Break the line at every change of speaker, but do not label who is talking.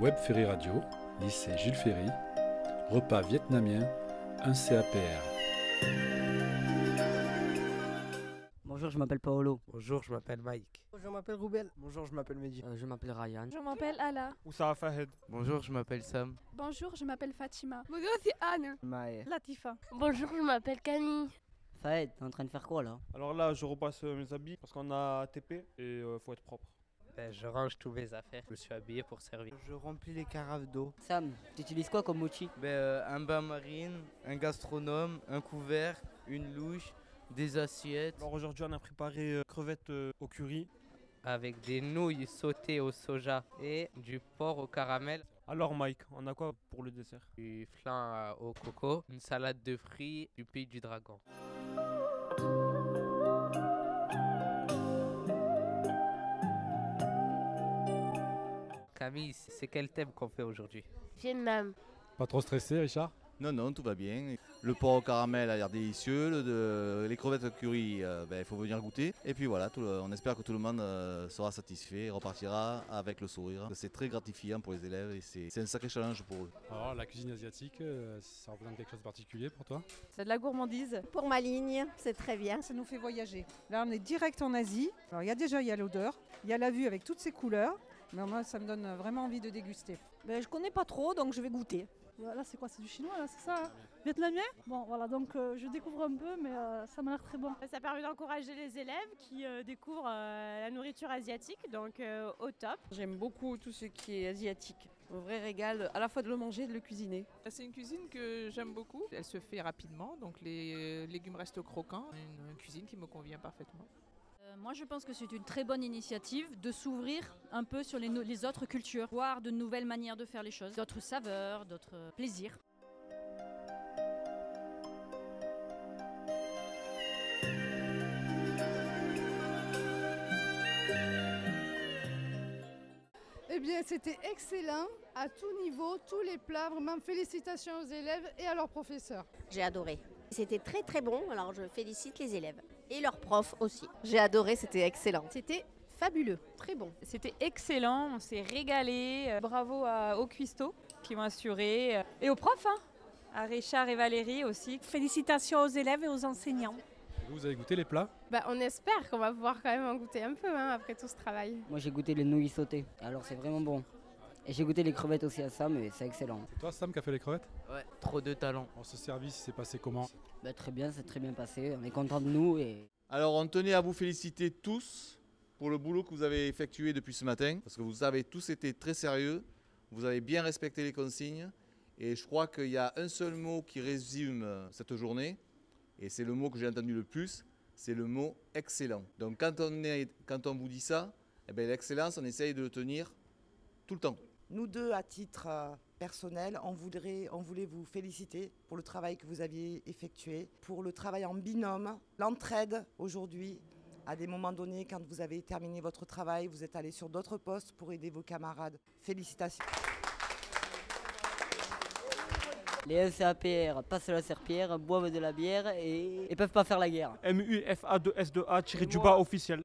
Web Ferry Radio, lycée Jules Ferry, repas vietnamien, un CAPR.
Bonjour, je m'appelle Paolo.
Bonjour, je m'appelle Mike.
Je m'appelle Roubel.
Bonjour, je m'appelle Mehdi.
Euh, je m'appelle Ryan.
Je m'appelle Ala.
Oussara Fahed.
Bonjour, je m'appelle Sam.
Bonjour, je m'appelle Fatima.
Bonjour, c'est Anne.
Maë.
Latifa.
Bonjour, je m'appelle Camille.
Fahed, t'es en train de faire quoi là
Alors là, je repasse euh, mes habits parce qu'on a TP et euh, faut être propre.
Ben, je range toutes mes affaires. Je me suis habillé pour servir.
Je remplis les carafes d'eau.
Sam, t'utilises quoi comme outil
ben, Un bain marine, un gastronome, un couvert, une louche, des assiettes.
Alors aujourd'hui, on a préparé euh, crevettes euh, au curry.
Avec des nouilles sautées au soja et du porc au caramel.
Alors Mike, on a quoi pour le dessert
Du flan euh, au coco, une salade de fruits du pays du dragon. Camille, c'est quel thème qu'on fait aujourd'hui
Vietnam.
Pas trop stressé, Richard
Non, non, tout va bien. Le porc au caramel a l'air délicieux, le, de, les crevettes au curry, il euh, ben, faut venir goûter. Et puis voilà, tout le, on espère que tout le monde euh, sera satisfait et repartira avec le sourire. C'est très gratifiant pour les élèves et c'est un sacré challenge pour eux.
Alors, la cuisine asiatique, euh, ça représente quelque chose de particulier pour toi
C'est de la gourmandise.
Pour ma ligne, c'est très bien.
Ça nous fait voyager. Là, on est direct en Asie. Alors, il y a déjà y a l'odeur, il y a la vue avec toutes ses couleurs. Mais moi, ça me donne vraiment envie de déguster.
Ben, je connais pas trop, donc je vais goûter.
Là, c'est quoi C'est du chinois, là, c'est ça hein? Vietnamien Bon, voilà, donc euh, je découvre un peu, mais euh, ça m'a l'air très bon.
Ça permet d'encourager les élèves qui euh, découvrent la nourriture asiatique, donc euh, au top.
J'aime beaucoup tout ce qui est asiatique. Un vrai régal, à la fois de le manger et de le cuisiner.
Bah, C'est une cuisine que j'aime beaucoup. Elle se fait rapidement, donc les euh, légumes restent croquants. Une, une cuisine qui me convient parfaitement.
Euh, Moi, je pense que c'est une très bonne initiative de s'ouvrir un peu sur les, no les, autres cultures, voir de nouvelles manières de faire les choses, d'autres saveurs, d'autres plaisirs.
Eh bien, c'était excellent à tout niveau, tous les plats. Vraiment, félicitations aux élèves et à leurs professeurs.
J'ai adoré. C'était très très bon, alors je félicite les élèves et leurs profs aussi.
J'ai adoré, c'était excellent.
C'était fabuleux, très bon.
C'était excellent, on s'est régalé. Euh, Bravo à, aux cuistots qui m'ont assuré et aux profs, hein, à Richard et Valérie aussi.
Félicitations aux élèves et aux enseignants.
Vous avez goûté les plats
bah, On espère qu'on va pouvoir quand même en goûter un peu hein, après tout ce travail. Moi j'ai goûté les nouilles sautées, alors c'est vraiment bon. Et j'ai goûté les crevettes aussi à Sam et c'est excellent.
C'est toi Sam qui a fait les crevettes
Ouais, trop de talent.
En ce service, c'est passé comment
bah, Très bien, c'est très bien passé. On est content de nous. Et...
Alors on tenait à vous féliciter tous pour le boulot que vous avez effectué depuis ce matin. Parce que vous avez tous été très sérieux. Vous avez bien respecté les consignes. Et je crois qu'il y a un seul mot qui résume cette journée. Et c'est le mot que j'ai entendu le plus. C'est le mot excellent. Donc quand on, est, quand on vous dit ça, eh l'excellence, on essaye de le tenir tout le temps.
Nous deux, à titre personnel, on, voudrait, on voulait vous féliciter pour le travail que vous aviez effectué, pour le travail en binôme, l'entraide aujourd'hui. À des moments donnés, quand vous avez terminé votre travail, vous êtes allé sur d'autres postes pour aider vos camarades. Félicitations.
Les SAPR passent la serpillère, boivent de la bière et, et peuvent pas faire la guerre.
MUFA2S2A tiré du bas officiel.